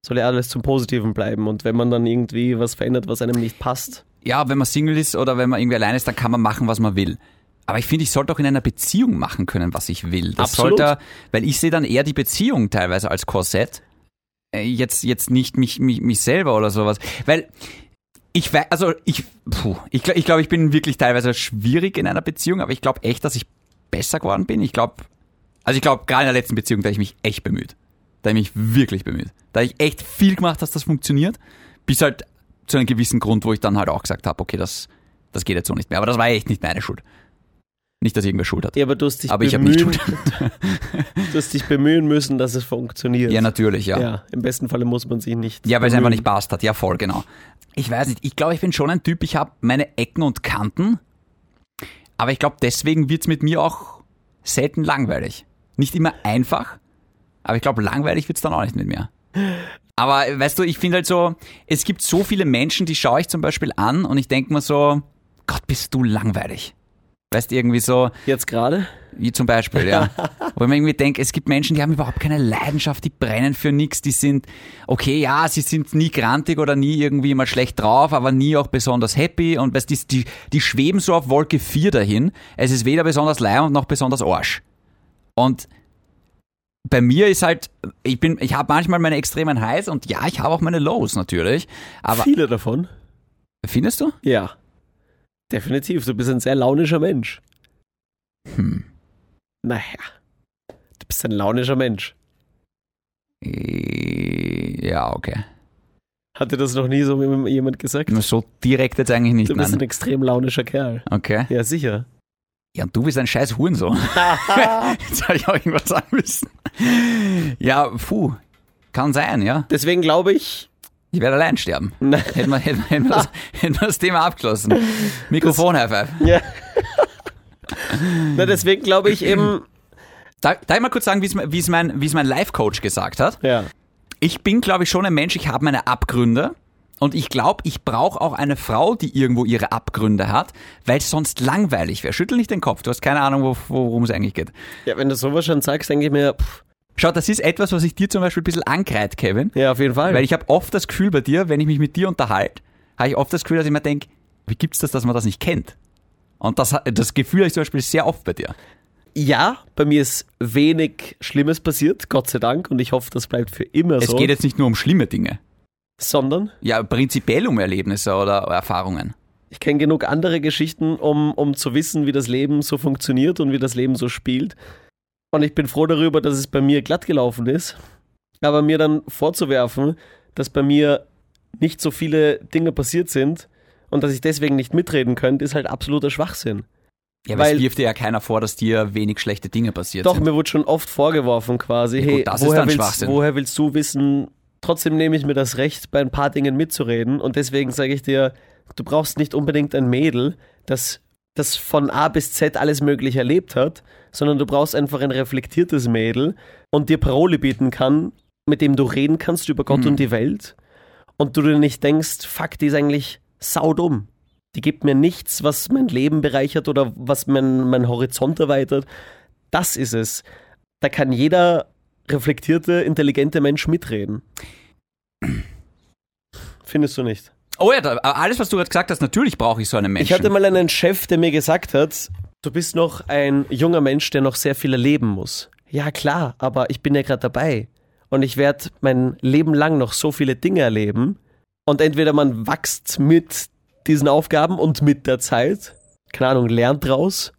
S1: soll ja alles zum Positiven bleiben. Und wenn man dann irgendwie was verändert, was einem nicht passt,
S2: ja, wenn man Single ist oder wenn man irgendwie allein ist, dann kann man machen, was man will. Aber ich finde, ich sollte auch in einer Beziehung machen können, was ich will. Das
S1: Absolut.
S2: sollte, weil ich sehe dann eher die Beziehung teilweise als Korsett. Äh, Jetzt, jetzt nicht mich, mich, mich selber oder sowas. Weil ich weiß, also ich, puh, ich, gl- ich glaube, ich bin wirklich teilweise schwierig in einer Beziehung, aber ich glaube echt, dass ich besser geworden bin. Ich glaube, also ich glaube, gerade in der letzten Beziehung, da hab ich mich echt bemüht. Da hab ich mich wirklich bemüht. Da hab ich echt viel gemacht, dass das funktioniert. Bis halt zu einem gewissen Grund, wo ich dann halt auch gesagt habe, okay, das, das geht jetzt so nicht mehr. Aber das war echt nicht meine Schuld. Nicht, dass irgendwer Schuld hat.
S1: ja, aber du hast dich,
S2: aber ich habe
S1: bemühen,
S2: nicht Schuld.
S1: du hast dich bemühen müssen, dass es funktioniert.
S2: Ja, natürlich, ja. Ja,
S1: Ja, im besten Falle muss man sich nicht.
S2: weil es einfach
S1: bemühen.
S2: nicht passt hat. Ja, voll, genau. Ich weiß nicht, ich glaube, ich bin schon ein Typ, ich habe meine Ecken und Kanten. Aber ich glaube, deswegen wird's mit mir auch selten langweilig. Nicht immer einfach, aber ich glaube, langweilig wird's dann auch nicht mit mir. Aber weißt du, ich finde halt so, es gibt so viele Menschen, die schaue ich zum Beispiel an und ich denke mir so, Gott, bist du langweilig. Weißt irgendwie so,
S1: Jetzt gerade?
S2: Wie zum Beispiel, ja. Wo ich mir irgendwie denke, es gibt Menschen, die haben überhaupt keine Leidenschaft, die brennen für nichts, die sind, okay, ja, sie sind nie grantig oder nie irgendwie immer schlecht drauf, aber nie auch besonders happy und weißt, die, die, die schweben so auf Wolke 4 dahin. Es ist weder besonders leim noch besonders Arsch. Und bei mir ist halt, ich bin, ich habe manchmal meine extremen Highs und ja, ich habe auch meine Lows natürlich. Aber
S1: Viele davon?
S2: findest du?
S1: Ja. Definitiv. Du bist ein sehr launischer Mensch.
S2: Hm.
S1: Naja. Du bist ein launischer Mensch.
S2: Ja, okay.
S1: Hat dir das noch nie so jemand gesagt?
S2: So direkt jetzt eigentlich nicht.
S1: Du bist ein
S2: Nein.
S1: extrem launischer Kerl.
S2: Okay.
S1: Ja, sicher.
S2: Ja, und du bist ein scheiß Hurensohn.
S1: Ah.
S2: Jetzt habe ich auch irgendwas sagen müssen. Ja, puh. Kann sein, ja.
S1: Deswegen glaube ich,
S2: Ich werde allein sterben. Hätten wir, hätten, wir, hätten, wir das, hätten wir das Thema abgeschlossen. Mikrofon, High Five.
S1: ja. Na, deswegen glaube ich eben,
S2: Darf, darf ich mal kurz sagen, wie es mein- wie es mein, wie es mein Life-Coach gesagt hat?
S1: ja.
S2: Ich bin, glaube ich, schon ein Mensch, ich habe meine Abgründe. Und ich glaube, ich brauche auch eine Frau, die irgendwo ihre Abgründe hat, weil es sonst langweilig wäre. Schüttel nicht den Kopf, du hast keine Ahnung, wo, worum es eigentlich geht.
S1: Ja, wenn du sowas schon sagst, denke ich mir, pff,
S2: Schau, das ist etwas, was ich dir zum Beispiel ein bisschen angreit, Kevin.
S1: ja, auf jeden Fall.
S2: Weil ich habe oft das Gefühl bei dir, wenn ich mich mit dir unterhalte, habe ich oft das Gefühl, dass ich mir denke, wie gibt's das, dass man das nicht kennt? Und das, das Gefühl habe ich zum Beispiel sehr oft bei dir.
S1: ja, bei mir ist wenig Schlimmes passiert, Gott sei Dank, und ich hoffe, das bleibt für immer
S2: Es
S1: so.
S2: geht jetzt nicht nur um schlimme Dinge.
S1: sondern
S2: Ja, prinzipiell um Erlebnisse oder Erfahrungen.
S1: ich kenne genug andere Geschichten, um, um zu wissen, wie das Leben so funktioniert und wie das Leben so spielt. Und ich bin froh darüber, dass es bei mir glatt gelaufen ist. Aber mir dann vorzuwerfen, dass bei mir nicht so viele Dinge passiert sind und dass ich deswegen nicht mitreden könnte, ist halt absoluter Schwachsinn.
S2: Ja, weil,
S1: Weil-
S2: es wirft dir ja keiner vor, dass dir wenig schlechte Dinge passiert
S1: Doch,
S2: sind.
S1: mir wurde schon oft vorgeworfen quasi,
S2: Ja, gut,
S1: hey,
S2: das ist
S1: woher,
S2: dann
S1: willst,
S2: Schwachsinn.
S1: woher willst du wissen? Trotzdem nehme ich mir das Recht, bei ein paar Dingen mitzureden und deswegen sage ich dir, du brauchst nicht unbedingt ein Mädel, das, das von A bis Z alles Mögliche erlebt hat, sondern du brauchst einfach ein reflektiertes Mädel und dir Parole bieten kann, mit dem du reden kannst über Gott
S2: Mhm.
S1: und die Welt und du dir nicht denkst, fuck, die ist eigentlich saudumm. Die gibt mir nichts, was mein Leben bereichert oder was mein, mein Horizont erweitert. Das ist es. Da kann jeder reflektierte, intelligente Mensch mitreden. Findest du nicht?
S2: Oh ja, da, alles, was du gerade gesagt hast, natürlich brauche ich so einen Menschen.
S1: Ich hatte mal einen Chef, der mir gesagt hat, du bist noch ein junger Mensch, der noch sehr viel erleben muss. Ja klar, aber ich bin ja gerade dabei. Und ich werde mein Leben lang noch so viele Dinge erleben. Und entweder man wächst mit diesen Aufgaben und mit der Zeit, keine Ahnung, lernt draus.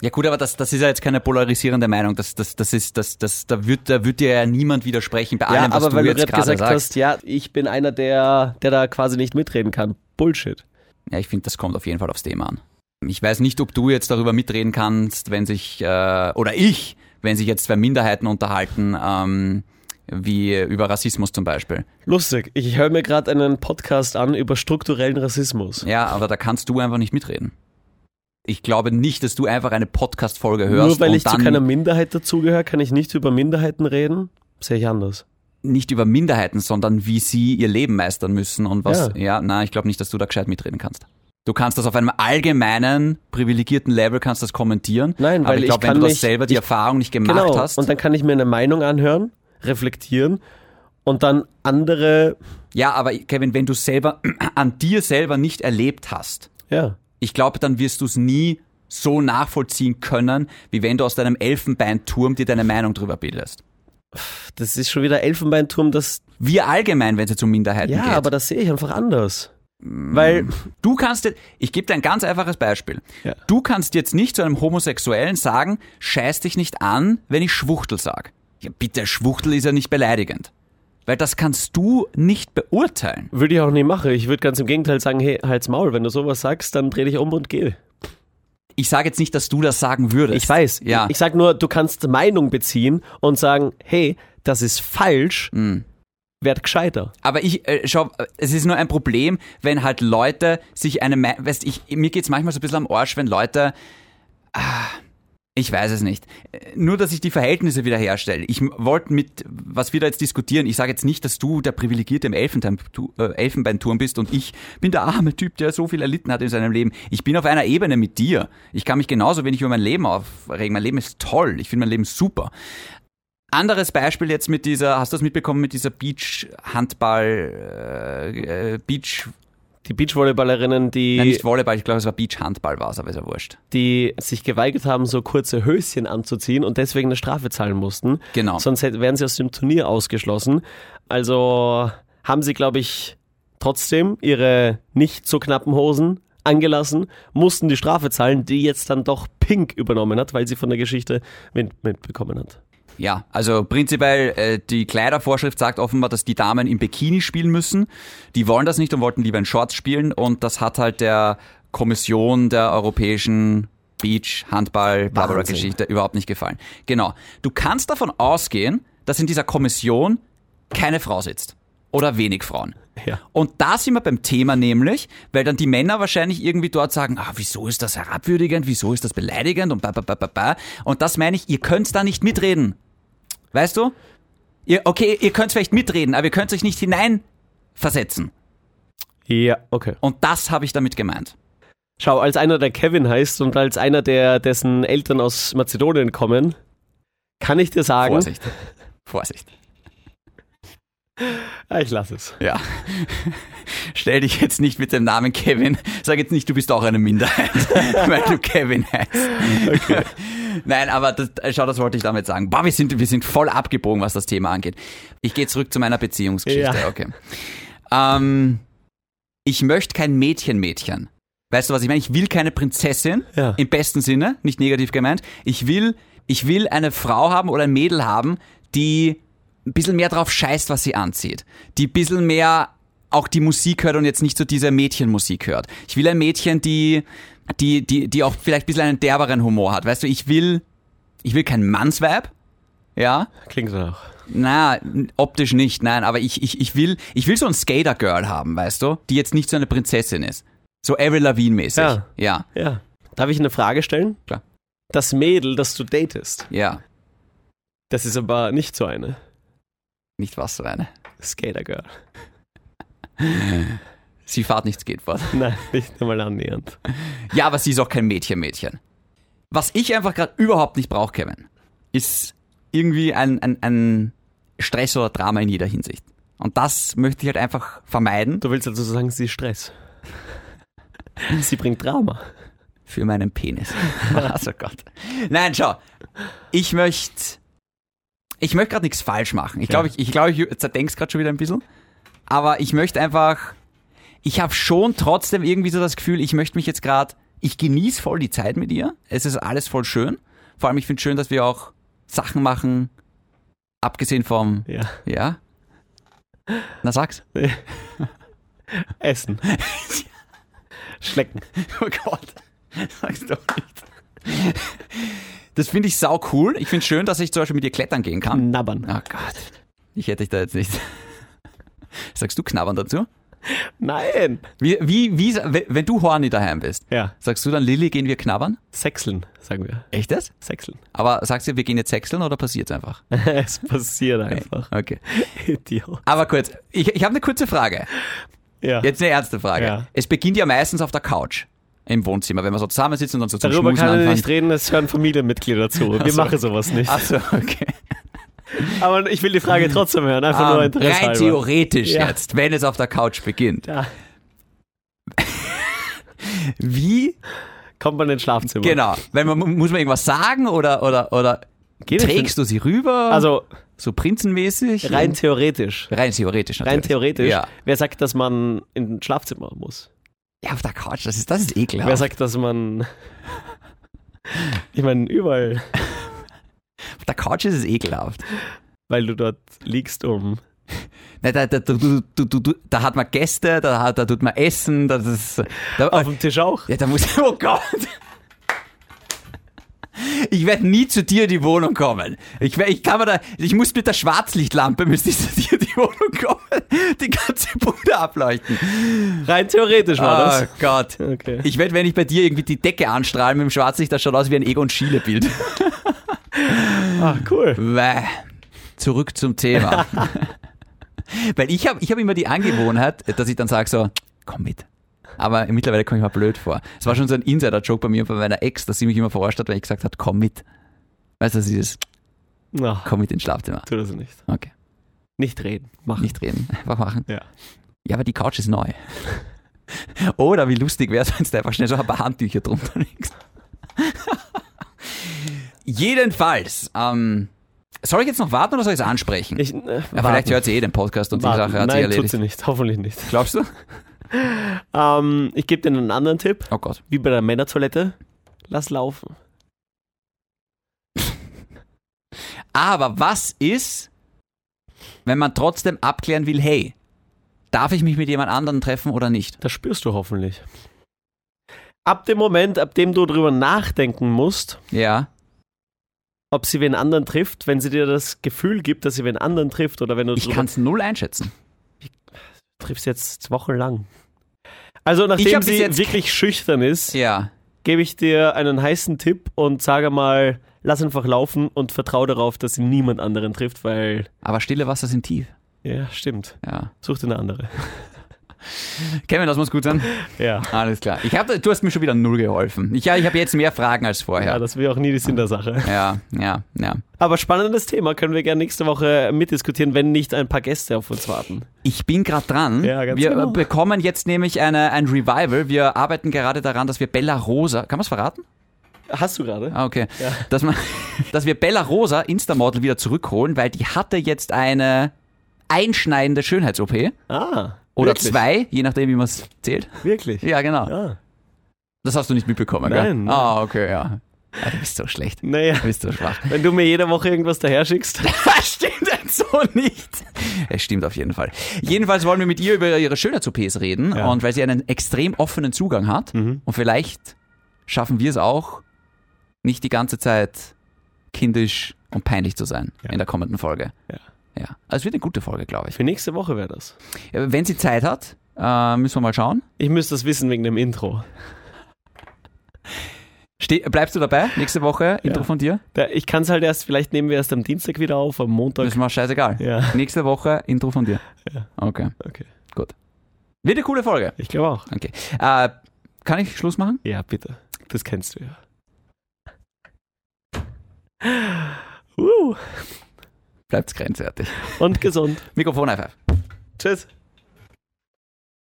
S2: ja gut, aber das, das ist ja jetzt keine polarisierende Meinung. Das, das, das ist, das, das, da, wird, da wird dir ja niemand widersprechen bei
S1: Ja,
S2: allem, was
S1: aber
S2: du
S1: weil du
S2: jetzt
S1: gerade gesagt
S2: sagst.
S1: hast, ja, ich bin einer, der, der da quasi nicht mitreden kann. Bullshit.
S2: Ja, ich finde, das kommt auf jeden Fall aufs Thema an. Ich weiß nicht, ob du jetzt darüber mitreden kannst, wenn sich, äh, oder ich, wenn sich jetzt zwei Minderheiten unterhalten, ähm, wie über Rassismus zum Beispiel.
S1: Lustig, ich höre mir gerade einen Podcast an über strukturellen Rassismus.
S2: Ja, aber da kannst du einfach nicht mitreden. Ich glaube nicht, dass du einfach eine Podcast-Folge hörst
S1: Nur weil
S2: und
S1: ich zu
S2: dann
S1: keiner Minderheit dazugehöre, kann ich nicht über Minderheiten reden? Sehe ich anders.
S2: nicht über Minderheiten, sondern wie sie ihr Leben meistern müssen und was.
S1: Ja.
S2: Ja, na, ich glaube nicht, dass du da gescheit mitreden kannst. Du kannst das auf einem allgemeinen, privilegierten Level, kannst das kommentieren.
S1: Nein,
S2: aber
S1: weil
S2: ich
S1: ich
S2: glaube, wenn
S1: kann
S2: du das
S1: nicht-
S2: selber die
S1: ich-
S2: Erfahrung nicht gemacht
S1: Genau.
S2: hast.
S1: Und dann kann ich mir eine Meinung anhören, reflektieren und dann andere.
S2: Ja, aber Kevin, wenn du selber an dir selber nicht erlebt hast,
S1: Ja.
S2: ich glaube, dann wirst du es nie so nachvollziehen können, wie wenn du aus deinem Elfenbeinturm dir deine Meinung drüber bildest.
S1: Das ist schon wieder Elfenbeinturm, das.
S2: Wir allgemein, wenn es jetzt um Minderheiten
S1: Ja,
S2: geht. Mm.
S1: aber das sehe ich einfach anders. Weil.
S2: du kannst jetzt, ich gebe dir ein ganz einfaches Beispiel.
S1: Ja.
S2: Du kannst jetzt nicht zu einem Homosexuellen sagen, scheiß dich nicht an, wenn ich Schwuchtel sag. Ja, bitte, Schwuchtel ist ja nicht beleidigend. Weil das kannst du nicht beurteilen.
S1: Würde ich auch nie machen. Ich würde ganz im Gegenteil sagen, hey, halt's Maul, wenn du sowas sagst, dann dreh dich um und geh.
S2: Ich sage jetzt nicht, dass du das sagen würdest.
S1: Ich weiß.
S2: Ja.
S1: Ich sag nur, du kannst Meinung beziehen und sagen, hey, das ist falsch,
S2: Mm.
S1: werd gescheiter.
S2: Aber ich, äh, schau, es ist nur ein Problem, wenn halt Leute sich eine, Me- weißt ich, mir geht's manchmal so ein bisschen am Arsch, wenn Leute, ah, ich weiß es nicht. Äh, Nur, dass ich die Verhältnisse wieder herstelle. Ich m- wollte mit, was wir da jetzt diskutieren, ich sage jetzt nicht, dass du der Privilegierte im Elfentein- tu- äh, Elfenbeinturm bist und ich bin der arme Typ, der so viel erlitten hat in seinem Leben. Ich bin auf einer Ebene mit dir. Ich kann mich genauso wenig über mein Leben aufregen. Mein Leben ist toll. Ich finde mein Leben super. Anderes Beispiel jetzt mit dieser, hast du das mitbekommen mit dieser Beach-Handball, äh, äh, Beach,
S1: Die Beachvolleyballerinnen, die.
S2: nein, nicht Volleyball, ich glaube es war Beach-Handball war es, aber ist ja wurscht.
S1: die sich geweigert haben, so kurze Höschen anzuziehen und deswegen eine Strafe zahlen mussten.
S2: Genau.
S1: Sonst hätt- wären sie aus dem Turnier ausgeschlossen. Also haben sie, glaube ich, trotzdem ihre nicht so knappen Hosen angelassen, mussten die Strafe zahlen, die jetzt dann doch Pink übernommen hat, weil sie von der Geschichte Wind mitbekommen hat.
S2: Ja, also prinzipiell, äh, die Kleidervorschrift sagt offenbar, dass die Damen im Bikini spielen müssen. Die wollen das nicht und wollten lieber in Shorts spielen. Und das hat halt der Kommission der europäischen Beach, Handball, Barbara-Geschichte überhaupt nicht gefallen. Genau. Du kannst davon ausgehen, dass in dieser Kommission keine Frau sitzt. Oder wenig Frauen.
S1: Ja.
S2: Und da sind wir beim Thema nämlich, weil dann die Männer wahrscheinlich irgendwie dort sagen, ah, wieso ist das herabwürdigend, wieso ist das beleidigend und ba, ba, ba, ba, ba. Und das meine ich, ihr könnt da nicht mitreden. Weißt du? Ihr, okay, ihr könnt vielleicht mitreden, aber ihr könnt euch nicht hineinversetzen.
S1: Ja, okay.
S2: Und das habe ich damit gemeint.
S1: Schau, als einer, der Kevin heißt und als einer, der dessen Eltern aus Mazedonien kommen, kann ich dir sagen.
S2: Vorsicht. Vorsicht.
S1: Ah, ich lasse es.
S2: Ja. Stell dich jetzt nicht mit dem Namen Kevin. Sag jetzt nicht, du bist auch eine Minderheit, weil du Kevin heißt. Nein, aber das, schau, das wollte ich damit sagen. Boah, wir sind, wir sind voll abgebogen, was das Thema angeht. Ich gehe zurück zu meiner Beziehungsgeschichte.
S1: Ja.
S2: Okay. Ähm, ich möchte kein Mädchen-Mädchen. Weißt du, was ich meine? Ich will keine Prinzessin
S1: Ja.
S2: im besten Sinne, nicht negativ gemeint. Ich will, ich will eine Frau haben oder ein Mädel haben, die ein bisschen mehr drauf scheißt, was sie anzieht. Die ein bisschen mehr auch die Musik hört und jetzt nicht so diese Mädchenmusik hört. Ich will ein Mädchen, die, die, die, die auch vielleicht ein bisschen einen derberen Humor hat. Weißt du, ich will, ich will kein Mannsweib. Ja,
S1: Klingt danach.
S2: na, optisch nicht, nein, aber ich, ich, ich will, ich will so ein Skater-Girl haben, weißt du, die jetzt nicht so eine Prinzessin ist. So Avril Lavigne-mäßig.
S1: Ja.
S2: ja,
S1: Ja. Darf ich eine Frage stellen?
S2: Klar.
S1: Das Mädel, das du datest,
S2: ja.
S1: das ist aber nicht so eine.
S2: Nicht was für eine.
S1: Skater Girl.
S2: Sie fahrt nicht Skateboard.
S1: Nein, nicht einmal annähernd.
S2: Ja, aber sie ist auch kein Mädchen-Mädchen. Was ich einfach gerade überhaupt nicht brauche, Kevin, ist irgendwie ein, ein, ein Stress oder Drama in jeder Hinsicht. Und das möchte ich halt einfach vermeiden
S1: Du willst also sagen, sie ist Stress. sie bringt Drama.
S2: für meinen Penis. Also Gott. Nein, schau. Ich möchte. Ich möchte gerade nichts falsch machen. Ich glaube,
S1: Ja.
S2: ich, ich, glaub, ich zerdenk's gerade schon wieder ein bisschen. Aber ich möchte einfach. Ich habe schon trotzdem irgendwie so das Gefühl, ich möchte mich jetzt gerade. Ich genieße voll die Zeit mit ihr. Es ist alles voll schön. Vor allem, ich finde schön, dass wir auch Sachen machen. Abgesehen vom.
S1: Ja.
S2: Ja. Na, sag's.
S1: Essen. Schlecken.
S2: Oh Gott, sag's doch nicht. Das finde ich sau cool. Ich finde schön, dass ich zum Beispiel mit dir klettern gehen kann.
S1: Nabbern.
S2: Oh Gott, ich hätte dich da jetzt nicht. Sagst du knabbern dazu?
S1: Nein.
S2: Wie, wie, wie, wenn du horny daheim bist,
S1: Ja.
S2: sagst du dann, Lilly, gehen wir knabbern?
S1: Sechseln, sagen wir.
S2: Echt das?
S1: Sechseln.
S2: Aber sagst du, wir gehen jetzt sexeln oder passiert's einfach?
S1: es passiert einfach.
S2: Okay.
S1: Idiot.
S2: Aber kurz, ich, ich habe eine kurze Frage.
S1: Ja.
S2: Jetzt eine ernste Frage.
S1: Ja.
S2: Es beginnt ja meistens auf der Couch im Wohnzimmer, wenn man so zusammensitzen und dann so zum
S1: Darüber
S2: Schmusen
S1: kann ich
S2: anfangen.
S1: nicht reden, es hören Familienmitglieder zu. Wir machen sowas nicht.
S2: Achso, okay.
S1: Aber ich will die
S2: Hm.
S1: Frage trotzdem hören, einfach nur
S2: Ähm,
S1: Interesse
S2: rein
S1: halber.
S2: theoretisch
S1: Ja.
S2: jetzt, wenn es auf der Couch beginnt.
S1: Ja,
S2: Wie?
S1: kommt man ins Schlafzimmer.
S2: Genau. Wenn man, muss man irgendwas sagen oder, oder, oder
S1: Geht nicht,
S2: trägst du sie rüber?
S1: Also
S2: so prinzenmäßig?
S1: rein theoretisch.
S2: rein theoretisch natürlich.
S1: Rein theoretisch.
S2: Ja.
S1: Wer sagt, dass man ins Schlafzimmer muss?
S2: ja, auf der Couch, das ist, das ist
S1: Wer
S2: ekelhaft.
S1: sagt, dass man... Ich meine, überall,
S2: Auf der Couch ist es ekelhaft.
S1: weil du dort liegst um.
S2: Na, da, da, du, du, du, du, du, da hat man Gäste, da, hat, da tut man Essen, das ist. Da,
S1: Auf dem Tisch auch.
S2: ja, da muss. Oh Gott! Ich werde nie zu dir in die Wohnung kommen. Ich, wer- ich kann mir da, ich muss mit der Schwarzlichtlampe müsste ich zu dir in die Wohnung kommen, die ganze Bude ableuchten.
S1: Rein theoretisch war
S2: Oh
S1: Ah, das.
S2: Gott.
S1: Okay.
S2: Ich werde, wenn ich bei dir irgendwie die Decke anstrahle mit dem Schwarzlicht, das schaut aus wie ein Egon Schiele Bild.
S1: Ah, cool.
S2: Bäh. Zurück zum Thema. Weil ich habe ich hab immer die Angewohnheit, dass ich dann sage so, komm mit. Aber mittlerweile komme ich mal blöd vor. Es war schon so ein Insider-Joke bei mir und bei meiner Ex, dass sie mich immer verarscht hat, wenn ich gesagt habe, komm mit. Weißt du, das ist dieses,
S1: Na,
S2: komm mit ins Schlafzimmer.
S1: tu das nicht.
S2: Okay,
S1: Nicht reden. Mach
S2: nicht reden, einfach machen.
S1: Ja.
S2: Ja, aber die Couch ist neu. Oder wie lustig wäre es, wenn du einfach schnell so ein paar Handtücher drunter legst. Jedenfalls, ähm, soll ich jetzt noch warten oder soll ich es ansprechen?
S1: Ich, äh,
S2: Ja, vielleicht
S1: warten.
S2: hört sie eh den Podcast und die
S1: Warten.
S2: Sache hat sich
S1: Nein, tut
S2: erledigt.
S1: sie nicht. Hoffentlich nicht.
S2: Glaubst du?
S1: Ähm, ich gebe dir einen anderen Tipp.
S2: Oh Gott.
S1: Wie bei der Männertoilette. Lass laufen.
S2: Aber was ist, wenn man trotzdem abklären will, hey, darf ich mich mit jemand anderen treffen oder nicht?
S1: Das spürst du hoffentlich. Ab dem Moment, ab dem du drüber nachdenken musst,
S2: Ja.
S1: ob sie wen anderen trifft, wenn sie dir das Gefühl gibt, dass sie wen anderen trifft oder wenn du
S2: Ich
S1: drüber-
S2: kann es null einschätzen.
S1: triffst jetzt wochenlang. Also
S2: Ich
S1: nachdem
S2: hab bis
S1: sie
S2: jetzt-
S1: wirklich schüchtern ist,
S2: Ja.
S1: gebe ich dir einen heißen Tipp und sage mal, lass einfach laufen und vertraue darauf, dass sie niemand anderen trifft, weil
S2: Aber stille Wasser sind tief.
S1: ja, stimmt.
S2: Ja.
S1: Such dir eine andere.
S2: Kevin, das muss gut sein.
S1: Ja.
S2: Alles klar. Ich hab, du hast mir schon wieder null geholfen. Ich, ja, ich habe jetzt mehr Fragen als
S1: Ja,
S2: vorher.
S1: das wäre auch nie die Sinn der Sache.
S2: Ja, ja, ja.
S1: Aber spannendes Thema, können wir gerne nächste Woche mitdiskutieren, wenn nicht ein paar Gäste auf uns warten.
S2: Ich bin gerade dran.
S1: Ja, ganz
S2: wir
S1: genau.
S2: äh, bekommen jetzt nämlich eine, ein Revival. Wir arbeiten gerade daran, dass wir Bella Rosa. Kann man es verraten?
S1: Hast du gerade?
S2: Ah, okay. Dass, man, dass wir Bella Rosa Instamodel wieder zurückholen, weil die hatte jetzt eine einschneidende Schönheits-OP.
S1: Ah.
S2: Oder
S1: wirklich?
S2: zwei, je nachdem, wie man es zählt.
S1: Wirklich?
S2: Ja, genau.
S1: Ah.
S2: Das hast du nicht mitbekommen, gell?
S1: Nein, nein.
S2: Ah, okay, ja. Ah, du bist so schlecht. Du
S1: Naja,
S2: bist so schwach.
S1: wenn du mir jede Woche irgendwas daher schickst.
S2: Das stimmt halt so nicht. Es stimmt auf jeden Fall. Jedenfalls wollen wir mit ihr über ihre Schönheits-OPs reden
S1: Ja. Mhm.
S2: und weil sie einen extrem offenen Zugang hat und vielleicht schaffen wir es auch, nicht die ganze Zeit kindisch und peinlich zu sein
S1: Ja.
S2: in der kommenden Folge.
S1: Ja.
S2: Ja. Also es wird eine gute Folge, glaube ich.
S1: Für nächste Woche wäre das.
S2: Ja, Wenn sie Zeit hat, äh, müssen wir mal schauen.
S1: Ich müsste das wissen wegen dem Intro.
S2: Ste bleibst du dabei? Nächste Woche Intro von dir?
S1: Da, ich kann es halt erst, vielleicht nehmen wir erst am Dienstag wieder auf, am
S2: Das
S1: Montag.
S2: ist mir scheißegal.
S1: Ja,
S2: Nächste Woche Intro von dir.
S1: Ja.
S2: Okay.
S1: okay.
S2: Wird eine coole Folge.
S1: Ich glaube auch.
S2: Okay. Äh, kann ich Schluss machen?
S1: Ja, bitte. Das kennst du ja. Uh,
S2: Bleibt's grenzwertig.
S1: und gesund.
S2: Mikrofon einfach.
S1: Tschüss.